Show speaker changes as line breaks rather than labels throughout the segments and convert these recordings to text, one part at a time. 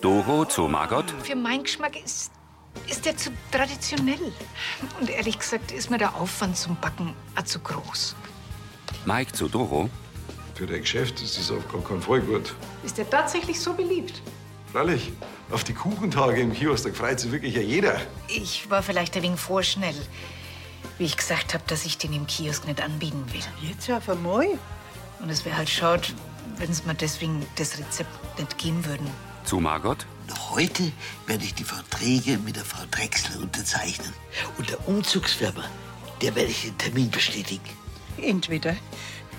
Doro zu Margot.
Für meinen Geschmack ist, ist der zu traditionell. Und ehrlich gesagt ist mir der Aufwand zum Backen auch zu groß.
Mike zu Doro.
Für dein Geschäft ist das auf gar keinen Fall gut.
Ist der tatsächlich so beliebt?
Freilich, auf die Kuchentage im Kiosk, da freut sich wirklich ja jeder.
Ich war vielleicht ein wenig vorschnell, wie ich gesagt habe, dass ich den im Kiosk nicht anbieten will.
Jetzt auf einmal?
Und es wäre halt schade, wenn es mir deswegen das Rezept nicht geben würden.
Zu Margot.
Noch heute werde ich die Verträge mit der Frau Drechsler unterzeichnen. Und der Umzugsfirma, der werde ich den Termin bestätigen.
Entweder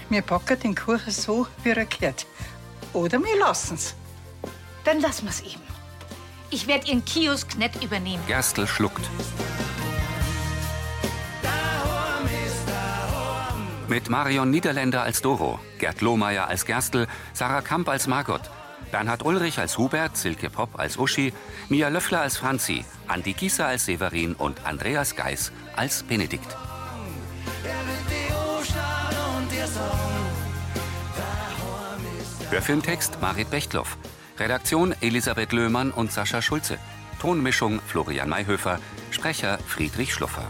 wir packen den Kuchen so, wie er gehört. Oder wir lassen's.
Dann lassen wir's eben. Ich werde Ihren Kiosk nicht übernehmen.
Gerstl schluckt. Mit Marion Niederländer als Doro, Gerd Lohmeier als Gerstl, Sarah Kamp als Margot, Bernhard Ulrich als Hubert, Silke Popp als Uschi, Mia Löffler als Franzi, Andi Gieser als Severin und Andreas Geis als Benedikt. Hörfilmtext Marit Bechtloff. Redaktion Elisabeth Löhmann und Sascha Schulze. Tonmischung Florian Mayhöfer. Sprecher Friedrich Schluffer.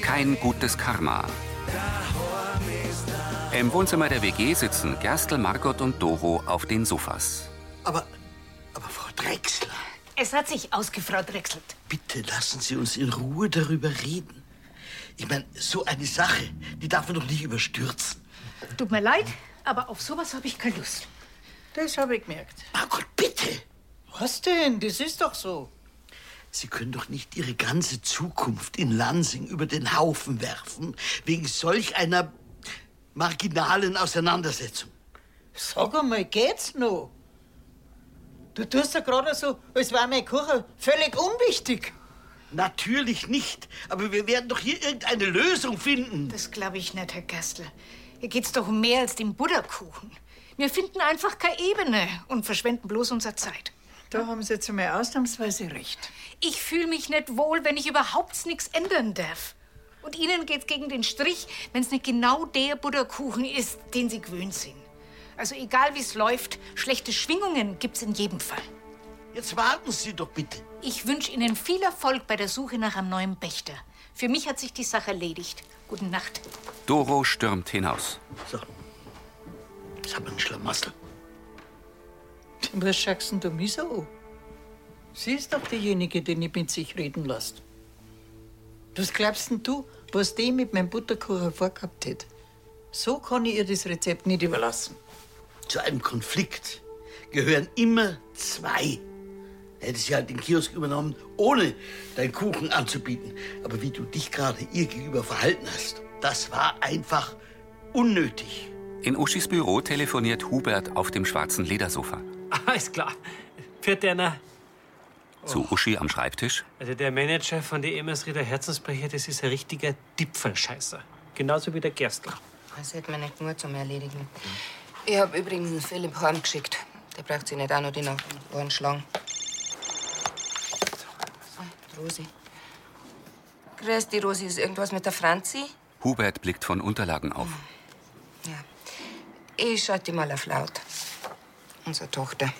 Kein gutes Karma. Im Wohnzimmer der WG sitzen Gerstl, Margot und Doro auf den Sofas.
Aber, aber Frau Drechsler,
Es hat sich ausgefraut, Drechsel.
bitte lassen Sie uns in Ruhe darüber reden. Ich meine, so eine Sache, die darf man doch nicht überstürzen.
Tut mir leid, aber auf sowas habe ich keine Lust.
Das habe ich gemerkt.
Margot, bitte!
Was denn? Das ist doch so.
Sie können doch nicht Ihre ganze Zukunft in Lansing über den Haufen werfen, wegen solch einer marginalen Auseinandersetzung.
Sag einmal, geht's noch? Du tust ja gerade so, als wäre mein Kuchen völlig unwichtig.
Natürlich nicht, aber wir werden doch hier irgendeine Lösung finden.
Das glaube ich nicht, Herr Gerstl.
Hier geht's doch um mehr als den Butterkuchen.
Wir finden einfach keine Ebene und verschwenden bloß unsere Zeit.
Da haben Sie jetzt einmal ausnahmsweise recht.
Ich fühle mich nicht wohl, wenn ich überhaupt nichts ändern darf. Und Ihnen geht's gegen den Strich, wenn's nicht genau der Butterkuchen ist, den Sie gewöhnt sind. Also egal wie's läuft, schlechte Schwingungen gibt's in jedem Fall.
Jetzt warten Sie doch bitte.
Ich wünsche Ihnen viel Erfolg bei der Suche nach einem neuen Pächter. Für mich hat sich die Sache erledigt. Guten Nacht.
Doro stürmt hinaus.
So. Jetzt haben wir einen Schlamassel.
Was schaust denn du mich so an? Sie ist doch diejenige, die nicht mit sich reden lässt. Was glaubst denn du, was die mit meinem Butterkuchen vorgehabt hat? So kann ich ihr das Rezept nicht überlassen.
Zu einem Konflikt gehören immer zwei. Hätte sie halt den Kiosk übernommen, ohne deinen Kuchen anzubieten. Aber wie du dich gerade ihr gegenüber verhalten hast, das war einfach unnötig.
In Uschis Büro telefoniert Hubert auf dem schwarzen Ledersofa.
Alles klar. Für deiner.
Oh.
Zu Uschi am Schreibtisch.
Also der Manager von der E Emmersrieder Herzensbrecher, das ist ein richtiger Dipfelscheißer. Genauso wie der Gerstl.
Das hätte man nicht nur zum Erledigen. Ich habe übrigens den Philipp heimgeschickt. Der braucht sich nicht auch noch die Nacht Ohren schlagen. Ah, Rosi. Grüß dich, Rosi. Ist irgendwas mit der Franzi?
Hubert blickt von Unterlagen auf.
Ja. Ich schalte die mal auf laut. Unsere Tochter.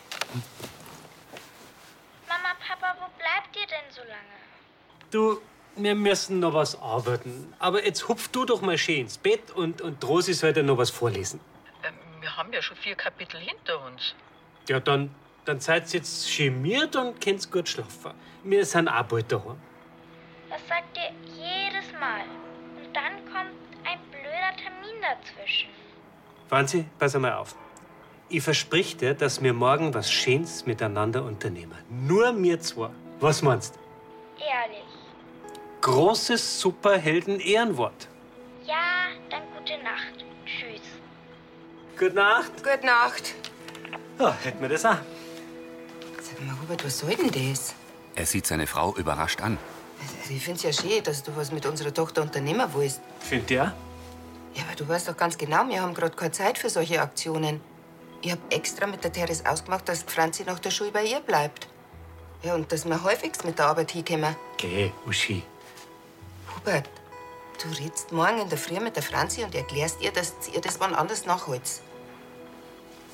Mama, Papa, wo bleibt ihr denn so lange?
Du, wir müssen noch was arbeiten. Aber jetzt hupf du doch mal schön ins Bett und, und Rosi soll dir noch was vorlesen.
Wir haben ja schon vier Kapitel hinter uns.
Ja, dann, dann seid jetzt chemiert und könnt's gut schlafen. Wir sind auch bald daheim.
Das sagt ihr jedes Mal. Und dann kommt ein blöder Termin dazwischen.
Franzi, pass einmal auf. Ich versprich dir, dass wir morgen was Schönes miteinander unternehmen. Nur mir zwei. Was meinst?
Ehrlich.
Großes Superhelden-Ehrenwort.
Ja, dann gute Nacht. Tschüss.
Gute Nacht.
Gute Nacht.
Ja, hätten wir das auch.
Sag mal, Hubert, was soll denn das?
Er sieht seine Frau überrascht an.
Also, ich find's ja schön, dass du was mit unserer Tochter unternehmen willst.
Findet ihr?
Ja, aber du weißt doch ganz genau, wir haben gerade keine Zeit für solche Aktionen. Ich hab extra mit der Therese ausgemacht, dass die Franzi nach der Schule bei ihr bleibt. Ja, und dass wir häufigst mit der Arbeit hinkommen.
Geh, Uschi.
Hubert, du redst morgen in der Früh mit der Franzi und erklärst ihr, dass ihr das wann anders nachholst.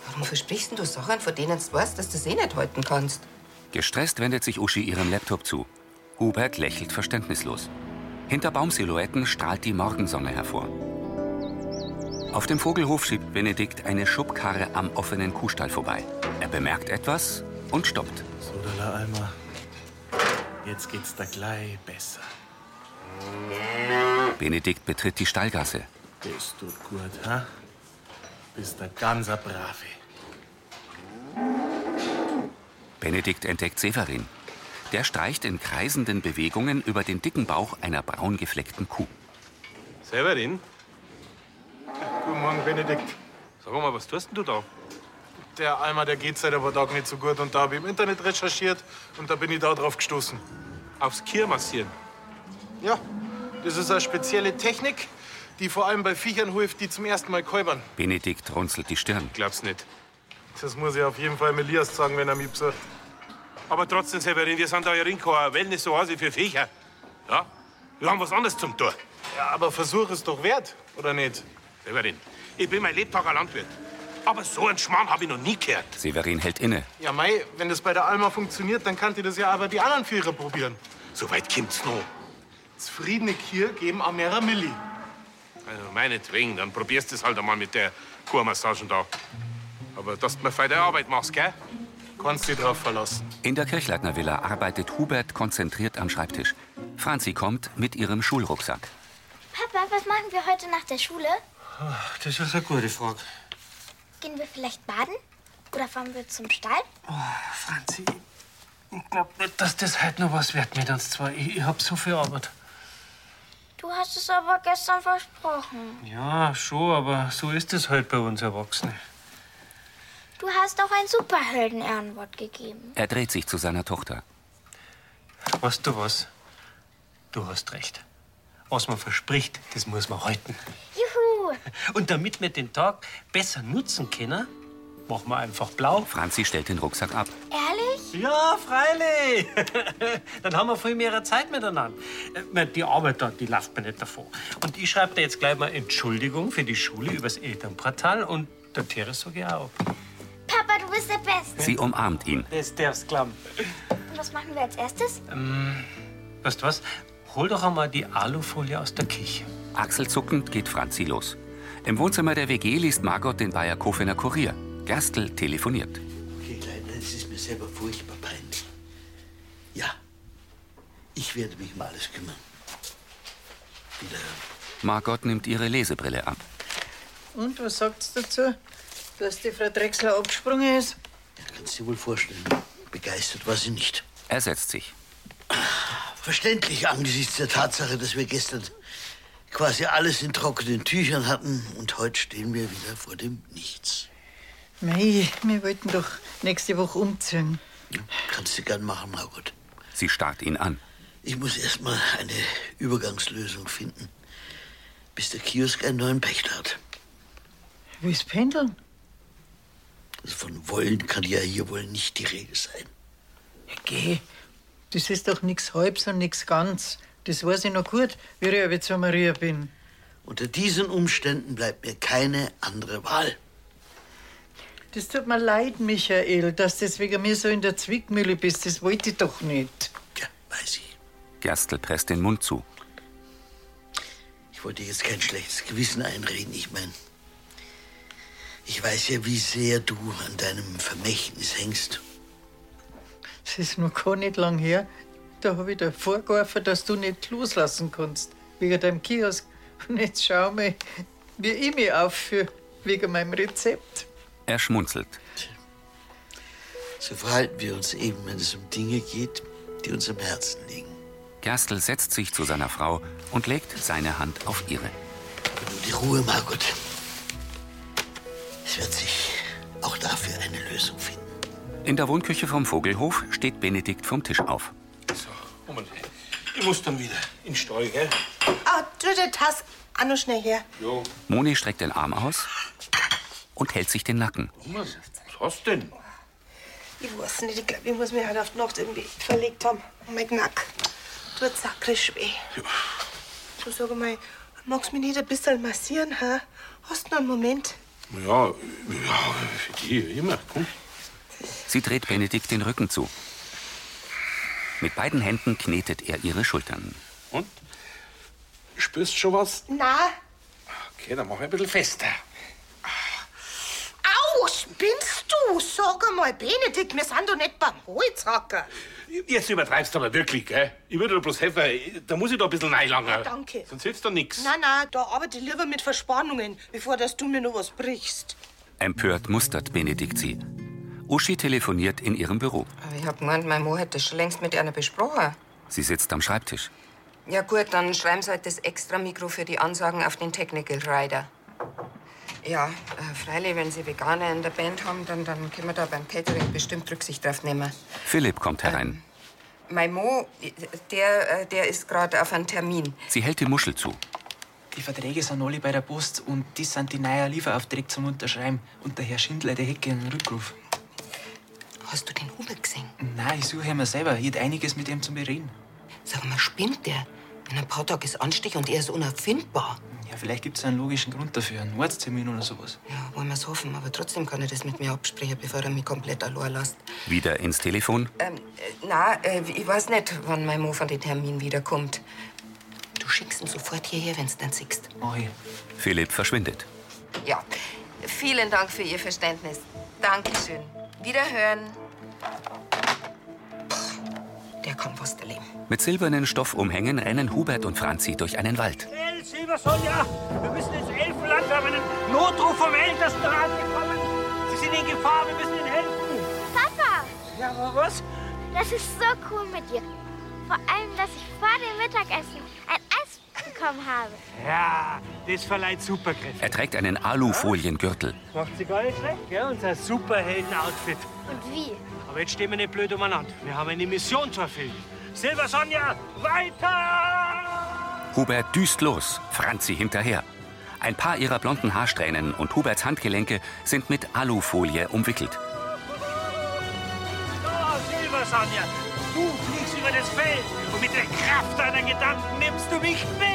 Warum versprichst denn du Sachen, von denen du weißt, dass du sie eh nicht halten kannst?
Gestresst wendet sich Uschi ihrem Laptop zu. Hubert lächelt verständnislos. Hinter Baumsilhouetten strahlt die Morgensonne hervor. Auf dem Vogelhof schiebt Benedikt eine Schubkarre am offenen Kuhstall vorbei. Er bemerkt etwas und stoppt.
So, da, da, Alma. Jetzt geht's da gleich besser.
Benedikt betritt die Stallgasse.
Das tut gut, ha? Bist ein ganzer Brave.
Benedikt entdeckt Severin. Der streicht in kreisenden Bewegungen über den dicken Bauch einer braun gefleckten Kuh.
Severin,
Guten Morgen, Benedikt.
sag mal, was tust denn du da?
Der Alma, der geht seit ein paar Tagen nicht so gut. Und da habe ich im Internet recherchiert und da bin ich da drauf gestoßen.
Aufs Kier massieren?
Ja, das ist eine spezielle Technik, die vor allem bei Viechern hilft, die zum ersten Mal käubern.
Benedikt runzelt die Stirn.
Glaub's nicht.
Das muss ich auf jeden Fall dem Elias sagen, wenn er mich besucht.
Aber trotzdem, Severin, wir sind da ja keine Wellnessoase für Viecher. Ja? Wir haben was anderes zum Tor.
Ja, aber Versuch ist doch wert, oder nicht?
Severin, ich bin mein Lebtag ein Landwirt. Aber so einen Schmarrn habe ich noch nie gehört.
Severin hält inne.
Ja, Mai, wenn das bei der Alma funktioniert, dann kann die das ja aber die anderen Vierer probieren.
So weit kommt's noch.
Zufriedene Kier geben auch mehrere Milli.
Also meinetwegen, dann probierst du es halt einmal mit der Kurmassagen da. Aber dass du mir feine Arbeit machst, gell?
Kannst dich drauf verlassen.
In der Kirchleitner Villa arbeitet Hubert konzentriert am Schreibtisch. Franzi kommt mit ihrem Schulrucksack.
Papa, was machen wir heute nach der Schule?
Das ist eine gute Frage.
Gehen wir vielleicht baden? Oder fahren wir zum Stall?
Franzi, Oh, ich glaub nicht, dass das heute noch was wird mit uns zwei. Ich, ich hab so viel Arbeit.
Du hast es aber gestern versprochen.
Ja, schon, aber so ist es halt bei uns Erwachsenen.
Du hast auch ein Superhelden-Ehrenwort gegeben.
Er dreht sich zu seiner Tochter.
Weißt du was? Du hast recht. Was man verspricht, das muss man halten.
Juhu!
Und damit wir den Tag besser nutzen können, machen wir einfach blau.
Franzi stellt den Rucksack ab.
Ehrlich?
Ja, freilich. Dann haben wir viel mehr Zeit miteinander. Äh, mein, Die Arbeit da, die läuft mir nicht davon. Und ich schreibe dir jetzt gleich mal Entschuldigung für die Schule übers Elternportal und der Teres sage ich auch.
Papa, du bist der Beste.
Sie
um.
umarmt ihn.
Das darfst glauben. Ähm,
Und was machen wir als erstes?
Weißt du was? Hol doch einmal die Alufolie aus der Küche.
Achselzuckend geht Franzi los. Im Wohnzimmer der WG liest Margot den Bayer Kofener Kurier. Gerstl telefoniert.
Okay, Kleiner, das ist mir selber furchtbar peinlich. Ja, ich werde mich um alles kümmern.
Margot nimmt ihre Lesebrille ab.
Und was sagt's dazu, dass die Frau Drechsler abgesprungen ist?
Kannst du dir wohl vorstellen. Begeistert war sie nicht.
Er setzt sich.
Verständlich angesichts der Tatsache, dass wir gestern quasi alles in trockenen Tüchern hatten und heute stehen wir wieder vor dem Nichts.
Mei, wir wollten doch nächste Woche umziehen.
Kannst du gern machen, Margot.
Sie starrt ihn an.
Ich muss erst mal eine Übergangslösung finden, bis der Kiosk einen neuen Pächter hat.
Willst pendeln?
Also von wollen kann ja hier wohl nicht die Rede sein.
Geh, das ist doch nichts Halbs und nichts Ganz. Das weiß ich noch gut, wie ich aber zu Maria bin.
Unter diesen Umständen bleibt mir keine andere Wahl.
Das tut mir leid, Michael, dass du wegen mir so in der Zwickmühle bist. Das wollte ich doch nicht.
Weiß ich.
Gerstl presst den Mund zu.
Ich wollte jetzt kein schlechtes Gewissen einreden. Ich meine, ich weiß ja, wie sehr du an deinem Vermächtnis hängst.
Das ist noch gar nicht lang her. Da habe ich dir vorgeworfen, dass du nicht loslassen kannst, wegen deinem Kiosk. Und jetzt schau mal, wie ich mich aufführe, wegen meinem Rezept.
Er schmunzelt.
So verhalten wir uns eben, wenn es um Dinge geht, die uns am Herzen liegen.
Gerstl setzt sich zu seiner Frau und legt seine Hand auf ihre.
Nur die Ruhe, Margot. Es wird sich auch dafür eine Lösung finden.
In der Wohnküche vom Vogelhof steht Benedikt vom Tisch auf.
Moment, ich muss dann wieder in den Stall, gell?
Ah, du, die Tasse
Ah,
auch noch schnell her.
Ja.
Moni streckt den Arm aus und hält sich den Nacken.
Was hast du denn?
Ich weiß nicht, ich glaube, ich muss mich heute auf die Nacht irgendwie echt verlegt haben. Und mein Knack tut sakrisch weh. Du sag mal, magst du mich nicht ein bisschen massieren, hä? Hast du noch einen Moment?
Ja, ja, für die immer. Komm.
Sie dreht Benedikt den Rücken zu. Mit beiden Händen knetet er ihre Schultern.
Spürst schon was?
Na,
Okay, dann machen wir ein bisschen fester.
Au, spinnst du? Sag mal, Benedikt, wir sind doch nicht beim Holzhacker.
Jetzt übertreibst du aber wirklich, gell? Ich würde dir bloß helfen. Da muss ich da ein bisschen reinlangen.
Ah, danke.
Sonst hilft da nix.
Na, na, da arbeite ich lieber mit Verspannungen, bevor dass du mir noch was brichst.
Empört mustert Benedikt sie. Uschi telefoniert in ihrem Büro.
Aber ich hab gemeint, mein Mo hat das schon längst mit einer besprochen.
Sie sitzt am Schreibtisch.
Ja gut, dann schreiben Sie halt das extra Mikro für die Ansagen auf den Technical Rider. Ja, äh, freilich, wenn Sie Veganer in der Band haben, dann, dann können wir da beim Catering bestimmt Rücksicht drauf nehmen.
Philipp kommt herein.
Mein Mo, der, äh, der ist gerade auf einen Termin.
Sie hält die Muschel zu.
Die Verträge sind alle bei der Post und das sind die neuen Lieferaufträge zum Unterschreiben. Und der Herr Schindler, der hätte gerne einen Rückruf.
Hast du den Huber gesehen?
Nein, ich suche ihn mir selber. Ich hätte einiges mit ihm zu bereden.
Sag mal, spinnt der? In ein paar Tagen ist Anstich und er ist unauffindbar.
Ja, vielleicht gibt es einen logischen Grund dafür, einen Arzttermin oder sowas.
Ja, wollen wir es hoffen, aber trotzdem kann er das mit mir absprechen, bevor er mich komplett allein lässt.
Wieder ins Telefon.
Ähm, äh, na, äh, ich weiß nicht, wann mein Mo von den Termin wiederkommt. Du schickst ihn sofort hierher, wenn's dann siehst.
Mach ich.
Philipp verschwindet.
Ja, vielen Dank für Ihr Verständnis. Dankeschön. Wiederhören. Puh, Der kann was erleben.
Mit silbernen Stoffumhängen rennen Hubert und Franzi durch einen Wald.
Schnell, Silbersolja! Wir müssen ins Elfenland. Wir haben einen Notruf vom Ältestenrat bekommen. Sie sind in Gefahr. Wir müssen ihnen helfen.
Papa!
Ja, aber was?
Das ist so cool mit dir. Vor allem, dass ich vor dem Mittagessen ein Eis bekommen habe.
Ja, das verleiht Superkräfte.
Er trägt einen Alufoliengürtel.
Macht sich gar nicht schlecht, gell? Unser Superhelden-Outfit.
Und wie?
Aber jetzt stehen wir nicht blöd umeinander. Wir haben eine Mission zu erfüllen. Silber Sonja, weiter!
Hubert düst los, Franzi hinterher. Ein paar ihrer blonden Haarsträhnen und Huberts Handgelenke sind mit Alufolie umwickelt.
Oh, Silber Sonja, du fliegst über das Feld und mit der Kraft deiner Gedanken nimmst du mich mit.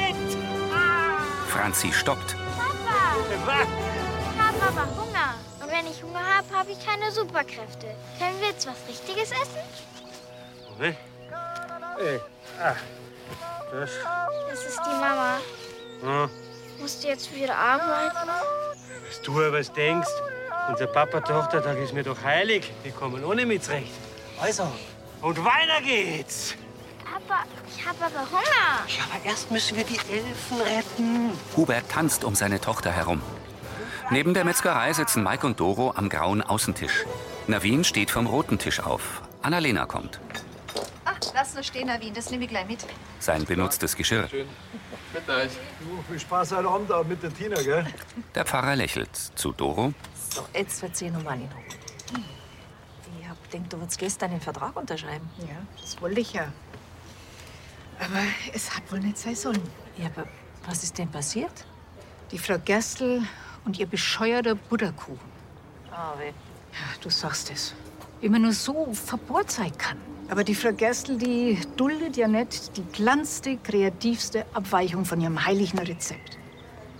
Franzi stoppt.
Papa! Ich habe aber Hunger. Und wenn ich Hunger habe, habe ich keine Superkräfte. Können wir jetzt was Richtiges essen?
Moment. Ey, ah, das...
Das ist die Mama.
Hm.
Musst du jetzt wieder arbeiten?
Was du aber denkst, unser Papa-Tochter-Tag ist mir doch heilig. Wir kommen ohne mich zurecht. Also, und weiter geht's.
Papa, ich habe aber Hunger.
Ja, aber erst müssen wir die Elfen retten.
Hubert tanzt um seine Tochter herum. Neben der Metzgerei sitzen Mike und Doro am grauen Außentisch. Navin steht vom roten Tisch auf. Annalena kommt.
Ah, lass nur stehen, Navin, das nehme ich gleich mit.
Sein benutztes Geschirr.
Mit euch. Du, viel Spaß heute Abend auch mit der Tina, gell?
Der Pfarrer lächelt zu Doro.
So, jetzt wird sie nochmal in Ruhe.
Hm.
Ich hab gedacht, du würdest gestern den Vertrag unterschreiben.
Ja, das wollte ich ja. Aber es hat wohl nicht sein sollen.
Ja, aber was ist denn passiert?
Die Frau Gerstl und ihr bescheuerter Butterkuchen.
Ah, weh.
Ja, du sagst es. Wie man nur so verbohrt sein kann. Aber die Frau Gerstl, die duldet ja nicht die kleinste, kreativste Abweichung von ihrem heiligen Rezept.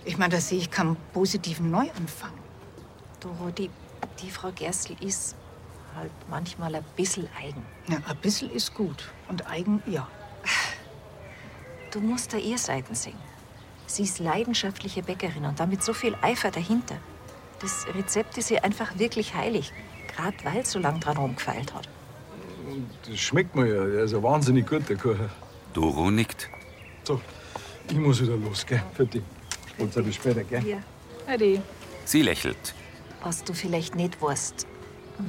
Ich meine, da sehe ich keinen positiven Neuanfang.
Doro, die, die Frau Gerstl ist halt manchmal ein bisschen eigen.
Na, ein bisschen ist gut. Und eigen, ja.
Du musst da ihr Seiten sehen. Sie ist leidenschaftliche Bäckerin und damit so viel Eifer dahinter. Das Rezept ist ihr einfach wirklich heilig. Gerade weil sie so lang dran rumgefeilt hat.
Das schmeckt mir ja. Der ist ja wahnsinnig gut, der Kuchen.
Doro nickt.
So, ich muss wieder los, gell? Für dich. Und bis später, gell?
Ja.
Adi.
Sie lächelt.
Was du vielleicht nicht weißt,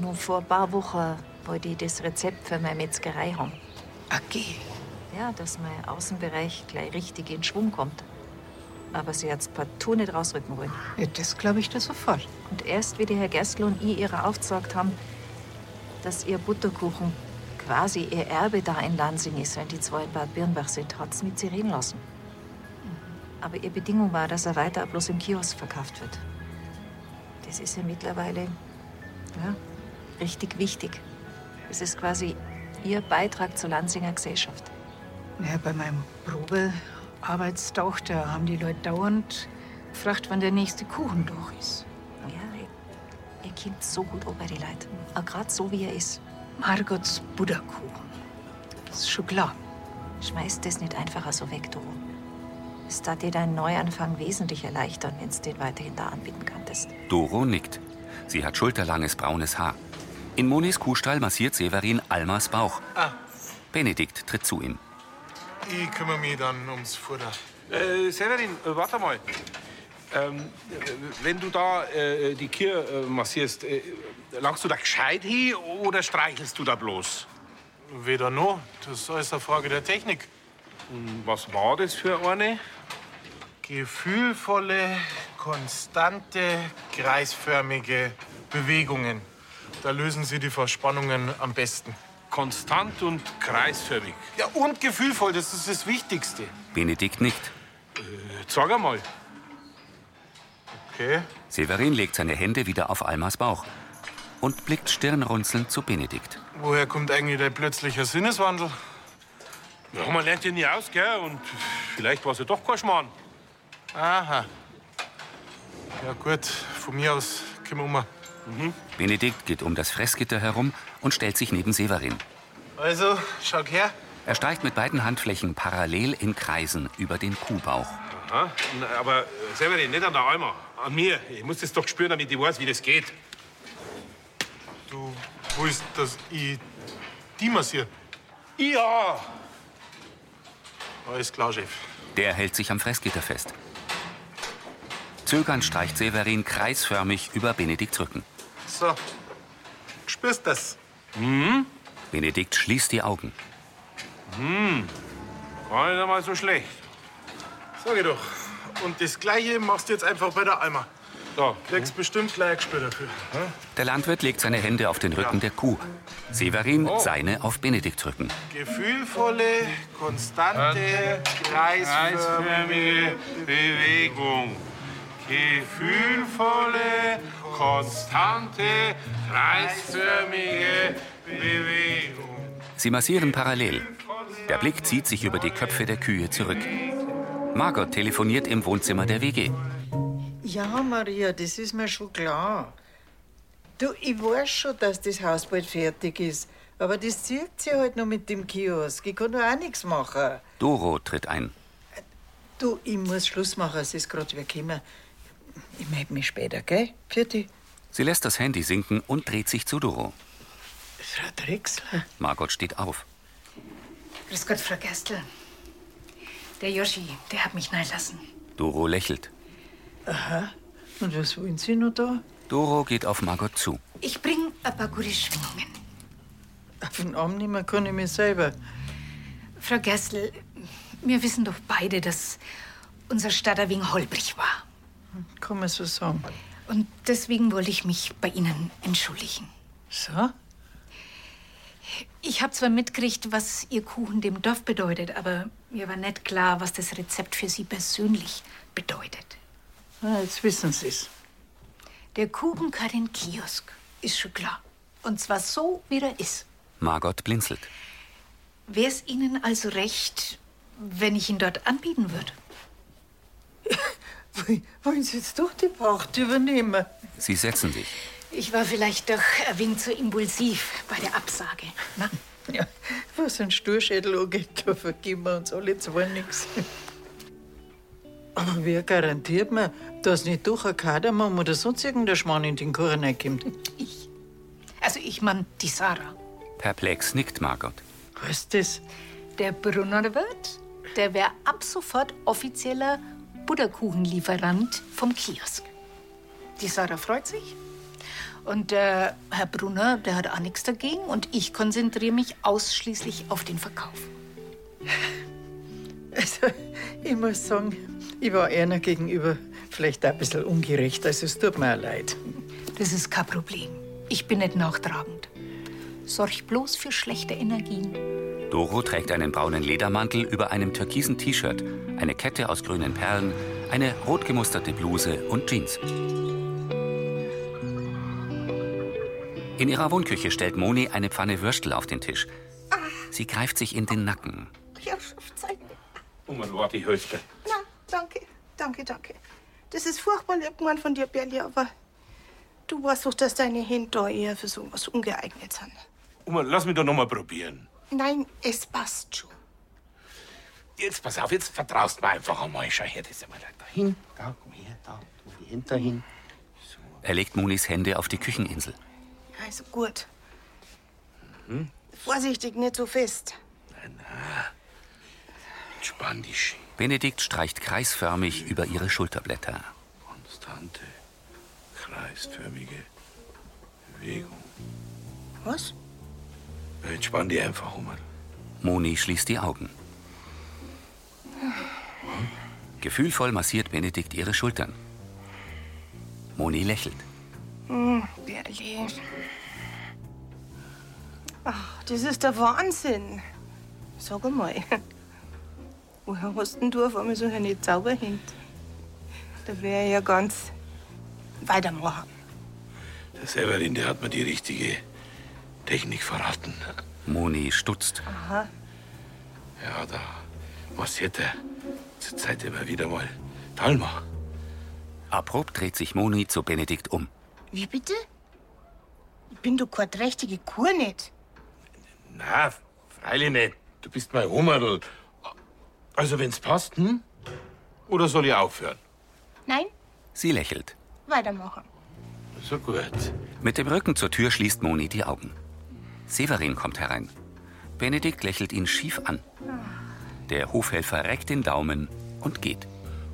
nur vor ein paar Wochen wollte ich das Rezept für meine Metzgerei haben.
Okay.
Ja, dass mein Außenbereich gleich richtig in Schwung kommt. Aber sie hat's partout nicht rausrücken wollen.
Ja, das glaube ich dir sofort.
Und erst wie die Herr Gerstl und ich ihrer aufgesagt haben, dass ihr Butterkuchen quasi ihr Erbe da in Lansing ist, wenn die zwei in Bad Birnbach sind, hat's mit sie reden lassen.
Mhm.
Aber ihre Bedingung war, dass er weiter bloß im Kiosk verkauft wird. Das ist ja mittlerweile ja, richtig wichtig. Es ist quasi ihr Beitrag zur Lansinger Gesellschaft.
Naja, bei meinem Probearbeitstauch, da haben die Leute dauernd gefragt, wann der nächste Kuchen durch ist.
Ja, Kind so gut obergeleit. Auch gerade so, wie er ist.
Margots Buddhakuchen.
Das ist schon klar. Schmeiß das nicht einfach so weg, Doro. Es tat dir deinen Neuanfang wesentlich erleichtern, wenn du den weiterhin da anbieten kanntest.
Doro nickt. Sie hat schulterlanges braunes Haar. In Monis Kuhstall massiert Severin Almas Bauch.
Ah.
Benedikt tritt zu ihm.
Ich kümmere mich dann ums Futter.
Äh, Severin, äh, warte mal. Ähm, äh, wenn du da äh, die Kier äh, massierst, äh, langst du da gescheit hin oder streichelst du da bloß?
Weder noch. Das ist alles eine Frage der Technik.
Hm, was war das für eine?
Gefühlvolle, konstante, kreisförmige Bewegungen. Da lösen sie die Verspannungen am besten.
Konstant und kreisförmig.
Ja, und gefühlvoll, das ist das Wichtigste.
Benedikt nickt.
Sag einmal.
Okay.
Severin legt seine Hände wieder auf Almas Bauch und blickt stirnrunzelnd zu Benedikt.
Woher kommt eigentlich der plötzliche Sinneswandel?
Ja, man lernt ja nie aus, gell? Und vielleicht war es ja doch kein Schmarrn.
Aha. Ja, gut, von mir aus können wir um. Mhm.
Benedikt geht um das Fressgitter herum und stellt sich neben Severin.
Also, schaut her.
Er steigt mit beiden Handflächen parallel in Kreisen über den Kuhbauch.
Aha. Na, aber äh, Severin, nicht an der Alma, an mir. Ich muss das doch spüren, damit ich weiß, wie das geht.
Du willst, dass ich die massiere?
Ja!
Alles klar, Chef.
Der hält sich am Fressgitter fest. Zögernd streicht Severin kreisförmig über Benedikts Rücken.
So. Spürst das?
Hm?
Benedikt schließt die Augen.
Hm. Gar nicht einmal so schlecht.
Sag ich doch. Und das Gleiche machst du jetzt einfach bei der Alma.
So.
Kriegst bestimmt gleich ein Gespür dafür. Hm?
Der Landwirt legt seine Hände auf den Rücken der Kuh. Severin seine auf Benedikts Rücken.
Gefühlvolle, konstante, kreisförmige
Kreisförmige Bewegung. Gefühlvolle, konstante, kreisförmige Bewegung.
Sie massieren parallel. Der Blick zieht sich über die Köpfe der Kühe zurück. Margot telefoniert im Wohnzimmer der WG.
Ja, Maria, das ist mir schon klar. Du, ich weiß schon, dass das Haus bald fertig ist. Aber das zieht sich halt noch mit dem Kiosk. Ich kann da auch nichts machen.
Doro tritt ein.
Du, ich muss Schluss machen, es ist gerade wer gekommen. Ich melde mich später, gell? Vierte.
Sie lässt das Handy sinken und dreht sich zu Doro.
Frau Drechsler.
Margot steht auf.
Grüß Gott, Frau Gerstl. Der Joschi, der hat mich nein lassen.
Doro lächelt.
Aha. Und was wollen Sie noch da?
Doro geht auf Margot zu.
Ich bring ein paar gute Schwingungen.
Auf den Arm nehmen kann ich mir selber.
Frau Gerstl, wir wissen doch beide, dass unser Stadter wegen holprig war.
Kann man so sagen.
Und deswegen wollte ich mich bei Ihnen entschuldigen.
So?
Ich habe zwar mitgekriegt, was Ihr Kuchen dem Dorf bedeutet, aber mir war nicht klar, was das Rezept für Sie persönlich bedeutet.
Ah, jetzt wissen Sie es.
Der Kuchen kann in den Kiosk, ist schon klar. Und zwar so, wie er ist.
Margot blinzelt.
Wäre es Ihnen also recht, wenn ich ihn dort anbieten würde?
Wollen Sie jetzt doch die Pacht übernehmen?
Sie setzen sich.
Ich war vielleicht doch ein wenig zu impulsiv bei der Absage. Na?
Ja, was ein Sturschädel angeht, da vergeben wir uns alle zwar nichts. Aber wer garantiert mir, dass nicht durch ein Kadermann oder sonst irgendein Schmarrn in den Kuchen reinkommt?
Also ich meine die Sarah.
Perplex nickt Margot.
Was ist das?
Der Brunner wird, der wäre ab sofort offizieller Butterkuchenlieferant vom Kiosk. Die Sarah freut sich. Und der Herr Brunner, der hat auch nichts dagegen. Und ich konzentriere mich ausschließlich auf den Verkauf.
Also, ich muss sagen, ich war einer gegenüber vielleicht ein bisschen ungerecht, also es tut mir auch leid.
Das ist kein Problem. Ich bin nicht nachtragend. Sorg bloß für schlechte Energien.
Doro trägt einen braunen Ledermantel über einem türkisen T-Shirt, eine Kette aus grünen Perlen, eine rot gemusterte Bluse und Jeans. In ihrer Wohnküche stellt Moni eine Pfanne Würstel auf den Tisch. Sie greift sich in den Nacken.
Ja, halt. verzeih mir.
Und man war die Hälfte.
Na, danke, danke, danke. Das ist furchtbar lieb gemeint von dir, Berli, aber Du weißt doch, dass deine Hände eher für sowas ungeeignet sind.
Oma, um lass mich doch nochmal probieren.
Nein, es passt schon.
Jetzt pass auf, jetzt vertraust mir einfach einmal. Schau her, das ist einmal da hin. Da, komm her, da, tu die Hände dahin.
Er legt Monis Hände auf die Kücheninsel.
Also gut.
Mhm.
Vorsichtig, nicht so fest.
Entspann dich.
Benedikt streicht kreisförmig über ihre Schulterblätter.
Konstante, kreisförmige Bewegung.
Was?
Entspann dich einfach, Oma.
Moni schließt die Augen. Gefühlvoll massiert Benedikt ihre Schultern. Moni lächelt.
Hm, Berli. Ach, das ist der Wahnsinn. Sag mal, woher hast denn du auf einmal so eine Zauberhand? Da wäre ja ganz weitermachen.
Der Severin, der hat mir die richtige Technik verraten.
Moni stutzt.
Aha.
Ja, da massiert er zurzeit immer wieder mal Talma.
Abrupt dreht sich Moni zu Benedikt um.
Wie bitte? Ich bin doch keine richtige Kur nicht.
Na, freilich nicht. Du bist mein Hummerl. Also, wenn's passt, hm? Oder soll ich aufhören?
Nein,
Sie lächelt.
weitermachen.
So gut.
Mit dem Rücken zur Tür schließt Moni die Augen. Severin kommt herein. Benedikt lächelt ihn schief an. Der Hofhelfer reckt den Daumen und geht.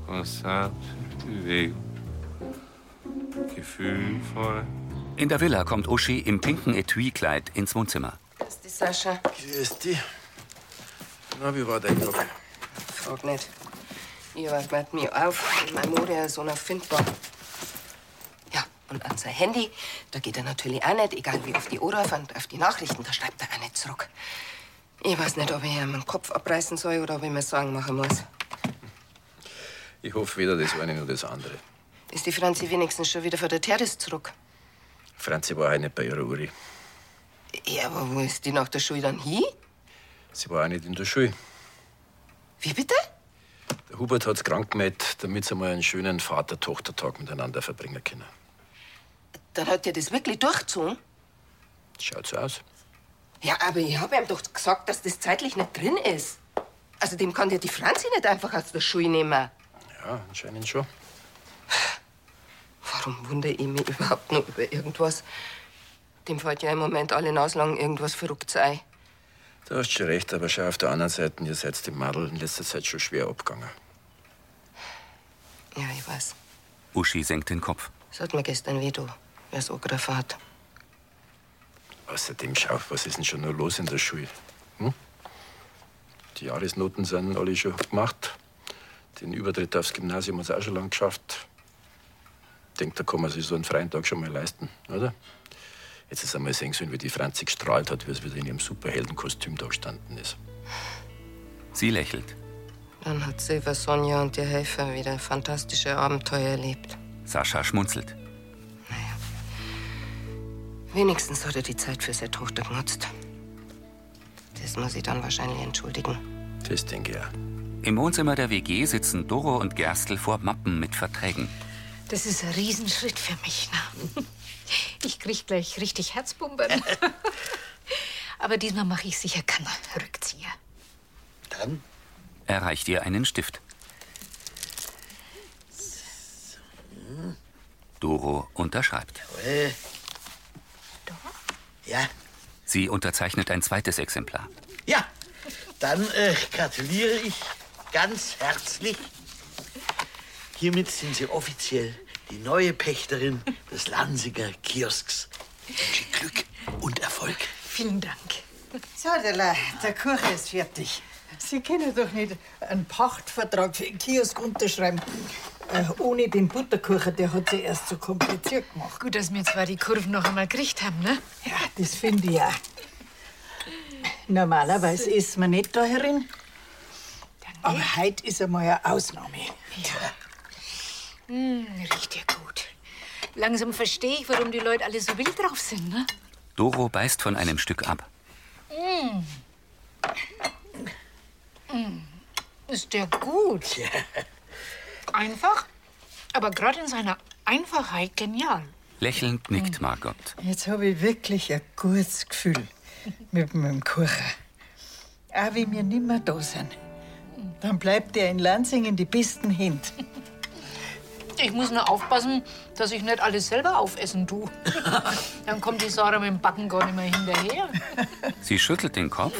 Bewegung. Gefühlvoll.
In der Villa kommt Uschi im pinken Etui-Kleid ins Wohnzimmer.
Grüß dich, Sascha.
Grüß dich. Na, wie war dein Tag?
Frag nicht. Ihr wart mir auf, in meinem Mode so unerfindbar. Ja, und an sein Handy, da geht er natürlich auch nicht, egal wie auf die Ohren und auf die Nachrichten, da schreibt er auch nicht zurück. Ich weiß nicht, ob ich ihm den Kopf abreißen soll oder ob ich mir Sorgen machen muss.
Ich hoffe weder das eine noch das andere.
Ist die Franzi wenigstens schon wieder von der Terrasse zurück?
Franzi war heute nicht bei ihrer Uri.
Ja, aber wo ist die nach der Schule dann hin?
Sie war auch nicht in der Schule.
Wie bitte?
Der Hubert hat's krank gemeldet, damit sie mal einen schönen Vater-Tochter-Tag miteinander verbringen können.
Dann hat ihr das wirklich durchgezogen?
Schaut so aus.
Ja, aber ich habe ihm doch gesagt, dass das zeitlich nicht drin ist. Also dem kann ja die Franzi nicht einfach aus der Schule nehmen.
Ja, anscheinend schon.
Warum wundere ich mich überhaupt noch über irgendwas? Dem fällt ja im Moment allen Auslang irgendwas verrückt sei.
Du hast schon recht, aber schau auf der anderen Seite, ihr seid dem Madel in letzter Zeit schon schwer abgegangen.
Ja, ich weiß.
Uschi senkt den Kopf.
Das hat mir gestern weh, du. Wer so angegriffen hat.
Außerdem schau, was ist denn schon noch los in der Schule? Hm? Die Jahresnoten sind alle schon gemacht. Den Übertritt aufs Gymnasium haben sie auch schon lang geschafft. Ich denke, da kann man sich so einen freien Tag schon mal leisten, oder? Jetzt ist einmal sehen sollen, wie die Franzi gestrahlt hat, wie es wieder in ihrem Superheldenkostüm da gestanden ist.
Sie lächelt.
Dann hat Silver, Sonja und ihr Helfer wieder fantastische Abenteuer erlebt.
Sascha schmunzelt.
Wenigstens hat er die Zeit für seine Tochter genutzt. Das muss ich dann wahrscheinlich entschuldigen.
Das denke ich auch.
Im Wohnzimmer der WG sitzen Doro und Gerstl vor Mappen mit Verträgen.
Das ist ein Riesenschritt für mich. Ne? Ich krieg gleich richtig Herzbumbern. Aber diesmal mache ich sicher keinen Rückzieher.
Dann? Er reicht ihr einen Stift. Doro unterschreibt.
Äh. Ja,
Sie unterzeichnet ein zweites Exemplar.
ja. Dann äh, gratuliere ich ganz herzlich. Hiermit sind Sie offiziell die neue Pächterin des Lansiger Kiosks. Wünsche Glück und Erfolg.
Vielen Dank.
So, Della, der Kuchen ist fertig. Sie können doch nicht einen Pachtvertrag für den Kiosk unterschreiben. Äh, ohne den Butterkuchen, der hat sie erst so kompliziert gemacht.
Gut, dass wir zwar die Kurven noch einmal gekriegt haben, ne?
Ja, das finde ich auch. Normalerweise ist man nicht da herin. Aber heute ist einmal eine Ausnahme.
Hm, riecht ja gut. Langsam verstehe ich, warum die Leute alle so wild drauf sind, ne?
Doro beißt von einem Stück ab.
Mm. Mm. Ist der gut. Einfach, aber gerade in seiner Einfachheit genial.
Lächelnd nickt Margot.
Jetzt habe ich wirklich ein gutes Gefühl mit meinem Kuchen. Auch wenn wir nicht mehr da sind. Dann bleibt der in Lansingen die besten Hint.
Ich muss nur aufpassen, dass ich nicht alles selber aufessen tu. Dann kommt die Sarah mit dem Backen gar nicht mehr hinterher.
Sie schüttelt den Kopf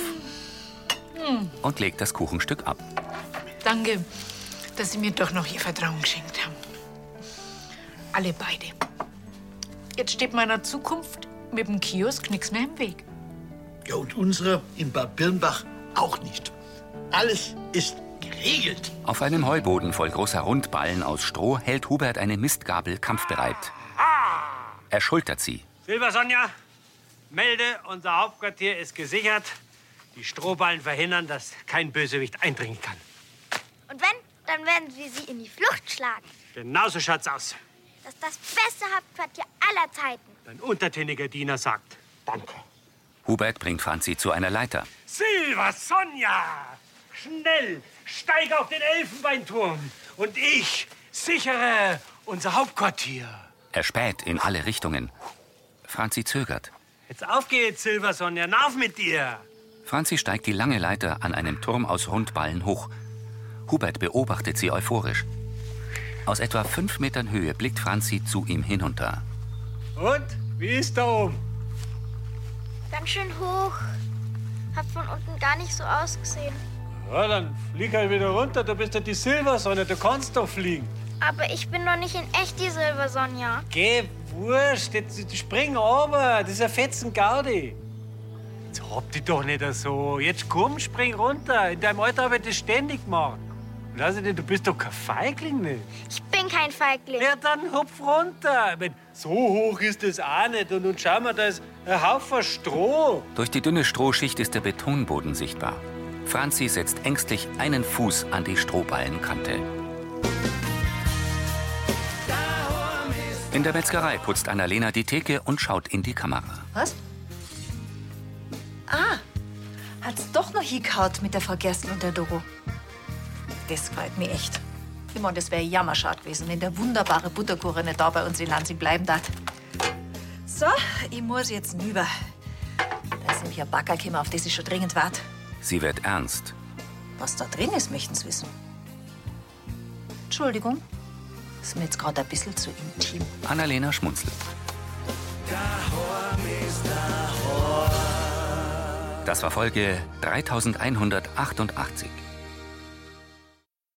Hm,
und legt das Kuchenstück ab.
danke, dass Sie mir doch noch Ihr Vertrauen geschenkt haben. Alle beide. Jetzt steht meiner Zukunft mit dem Kiosk nichts mehr im Weg.
Ja, und unsere in Bad Birnbach auch nicht. Alles ist geregelt.
Auf einem Heuboden voll großer Rundballen aus Stroh hält Hubert eine Mistgabel kampfbereit. Er schultert sie.
Silber Sonja, melde, unser Hauptquartier ist gesichert. Die Strohballen verhindern, dass kein Bösewicht eindringen kann.
Und wenn, dann werden wir sie in die Flucht schlagen.
Genauso schaut's aus.
Das ist das beste Hauptquartier aller Zeiten.
Dein untertäniger Diener sagt Danke.
Hubert bringt Franzi zu einer Leiter.
Silber Sonja, schnell, steig auf den Elfenbeinturm und ich sichere unser Hauptquartier.
Er späht in alle Richtungen. Franzi zögert.
Jetzt auf geht's, Silber Sonja, na auf mit dir.
Franzi steigt die lange Leiter an einem Turm aus Rundballen hoch. Hubert beobachtet sie euphorisch. Aus etwa fünf Metern Höhe blickt Franzi zu ihm hinunter.
Und wie ist da oben?
Ganz schön hoch. Hat von unten gar nicht so ausgesehen.
Ja, dann flieg halt wieder runter, du bist ja die Silber Sonja, du kannst doch fliegen.
Aber ich bin noch nicht in echt die Silbersonja.
Geh, wurscht, jetzt spring runter, das ist ein fetzen Gaudi. Jetzt hab dich doch nicht so. Jetzt komm, spring runter. In deinem Alter habe ich das ständig gemacht. Und lass ich denn, du bist doch kein Feigling, nicht?
Ich bin kein Feigling.
Ja, dann hopf runter. Ich mein, so hoch ist das auch nicht. Und nun schau mal, da ist ein Haufen Stroh.
Durch die dünne Strohschicht ist der Betonboden sichtbar. Franzi setzt ängstlich einen Fuß an die Strohballenkante. In der Metzgerei putzt Annalena die Theke und schaut in die Kamera.
Was? Ah, hat's doch noch gekaut mit der Frau Gerstl und der Doro. Das freut mich echt. Ich meine, das wäre jammerschad gewesen, wenn der wunderbare Butterkuchen nicht da bei uns in Lansing bleiben darf. So, ich muss jetzt rüber. Da ist nämlich ein Bagger gekommen, auf das ich schon dringend warte.
Sie wird ernst.
Was da drin ist, möchten Sie wissen. Entschuldigung, ist mir jetzt gerade ein bisschen zu intim.
Annalena schmunzelt. Das war Folge 3188.